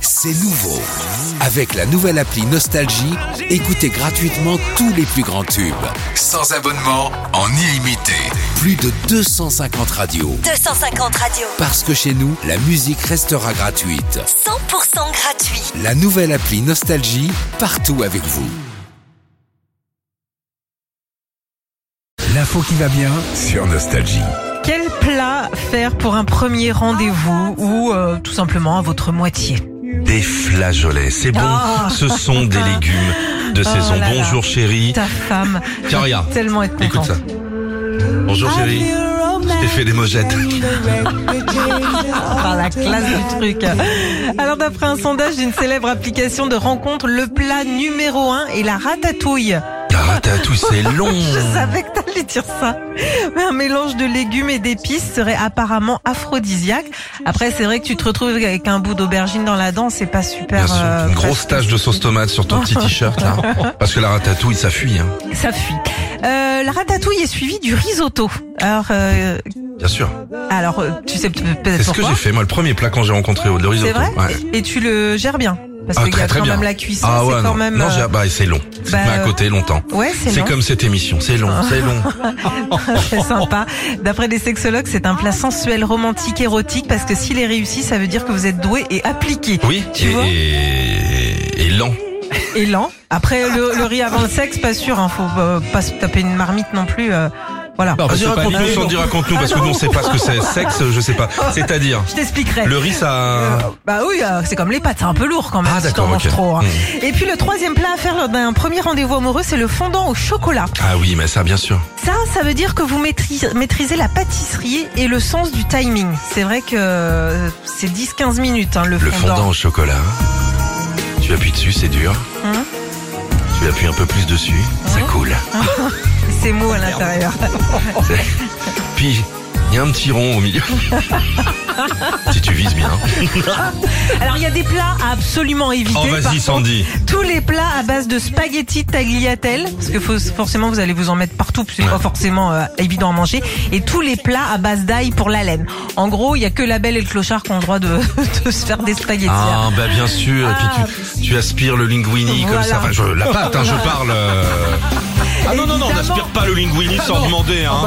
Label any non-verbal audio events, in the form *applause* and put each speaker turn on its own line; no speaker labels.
C'est nouveau. Avec la nouvelle appli Nostalgie, écoutez gratuitement tous les plus grands tubes. Sans abonnement, en illimité. Plus de 250 radios.
250 radios,
Parce que chez nous, la musique restera gratuite.
100% gratuit.
La nouvelle appli Nostalgie, partout avec vous. L'info qui va bien sur Nostalgie.
Quel plat faire pour un premier rendez-vous ou euh, tout simplement à votre moitié
Des flageolets, c'est bon.
Ah. Oh
Ce sont des légumes de saison.
là là.
Bonjour chérie.
Ta femme
Tiens,
va
regarde.
tellement être
Écoute
contente.
ça. Bonjour chérie. Je t'ai fait des mojettes.
Par la classe du truc. Alors d'après un sondage d'une célèbre application de rencontre, le plat numéro un est la ratatouille.
La ratatouille,
*laughs*
c'est long.
Je savais que t'allais dire ça. Mais un mélange de légumes et d'épices serait apparemment aphrodisiaque. Après, c'est vrai que tu te retrouves avec un bout d'aubergine dans la dent, c'est pas super.
Bien sûr,
euh,
une grosse tache de sauce tomate sur ton petit t-shirt
*laughs*
là. Parce que la ratatouille, ça fuit. hein.
Ça fuit. Euh, la ratatouille est suivie du risotto. Alors, euh,
Bien sûr.
alors euh, tu sais peut-
C'est
peut-être
ce que
pourquoi.
j'ai fait, moi, le premier plat quand j'ai rencontré Aude, le risotto.
C'est vrai.
Ouais.
Et tu le gères bien. Parce
Ah,
qu'il y a
très, très
quand
bien.
même la cuisson,
Ah
c'est
ouais,
quand
non.
même.
Non,
euh,
j'ai- ah, bah, c'est long. Tu
bah,
te mets à
euh,
côté longtemps.
Ouais, c'est
C'est
long. Ah.
comme cette émission, c'est long, c'est long.
*laughs* C'est sympa. D'après des sexologues, c'est un plat sensuel, romantique, érotique, parce que s'il est réussi, ça veut dire que vous êtes doué et appliqué.
Oui,
Tu
et,
vois
et- et lent.
Et lent. Après, le, le riz avant le sexe, pas sûr. Hein, faut euh, pas se taper une marmite non plus. euh, voilà.
Vas-y, raconte-nous, Ah, Sandy, raconte-nous, parce que nous, on sait pas ce que c'est. Sexe, je sais pas. C'est-à-dire,
Je t'expliquerai.
le riz, ça...
Bah oui, euh, c'est comme les pâtes, c'est un peu lourd quand même.
Ah,
si t'en
d'accord,
manges
ok.
trop, hein.
Mm.
Et puis le troisième plat à faire lors d'un premier rendez-vous amoureux, c'est le fondant au chocolat.
Ah oui, mais ça, bien sûr.
Ça, ça veut dire que vous maîtrisez, maîtrisez la pâtisserie et le sens du timing. C'est vrai que euh, c'est 10-15 minutes hein, le,
Le fondant au chocolat. Tu appuies dessus, c'est dur.
Hum.
Tu appuies un peu plus dessus, ça coule.
Ces mots
Oh,
à l'intérieur. *laughs*
Puis, il y a un petit rond au *laughs* milieu. si tu vises bien.
Alors il y a des plats à absolument éviter.
Oh,
par
vas-y,
contre.
Sandy.
Tous les plats à base de spaghettis tagliatelle, parce que faut- forcément vous allez vous en mettre partout, puis c'est pas forcément euh, évident à manger, et tous les plats à base d'ail pour la laine. En gros, il y a que la belle et le clochard qui ont le droit de, *laughs* de se faire des spaghettis.
Ah, bah, bien sûr. Et puis, tu, tu aspires le linguini comme
Voilà.
ça. Enfin, je- la pâte, hein, je parle... *laughs* euh. Ah non, non, non, on
Évidemment.
n'aspire pas le linguini sans demander, hein.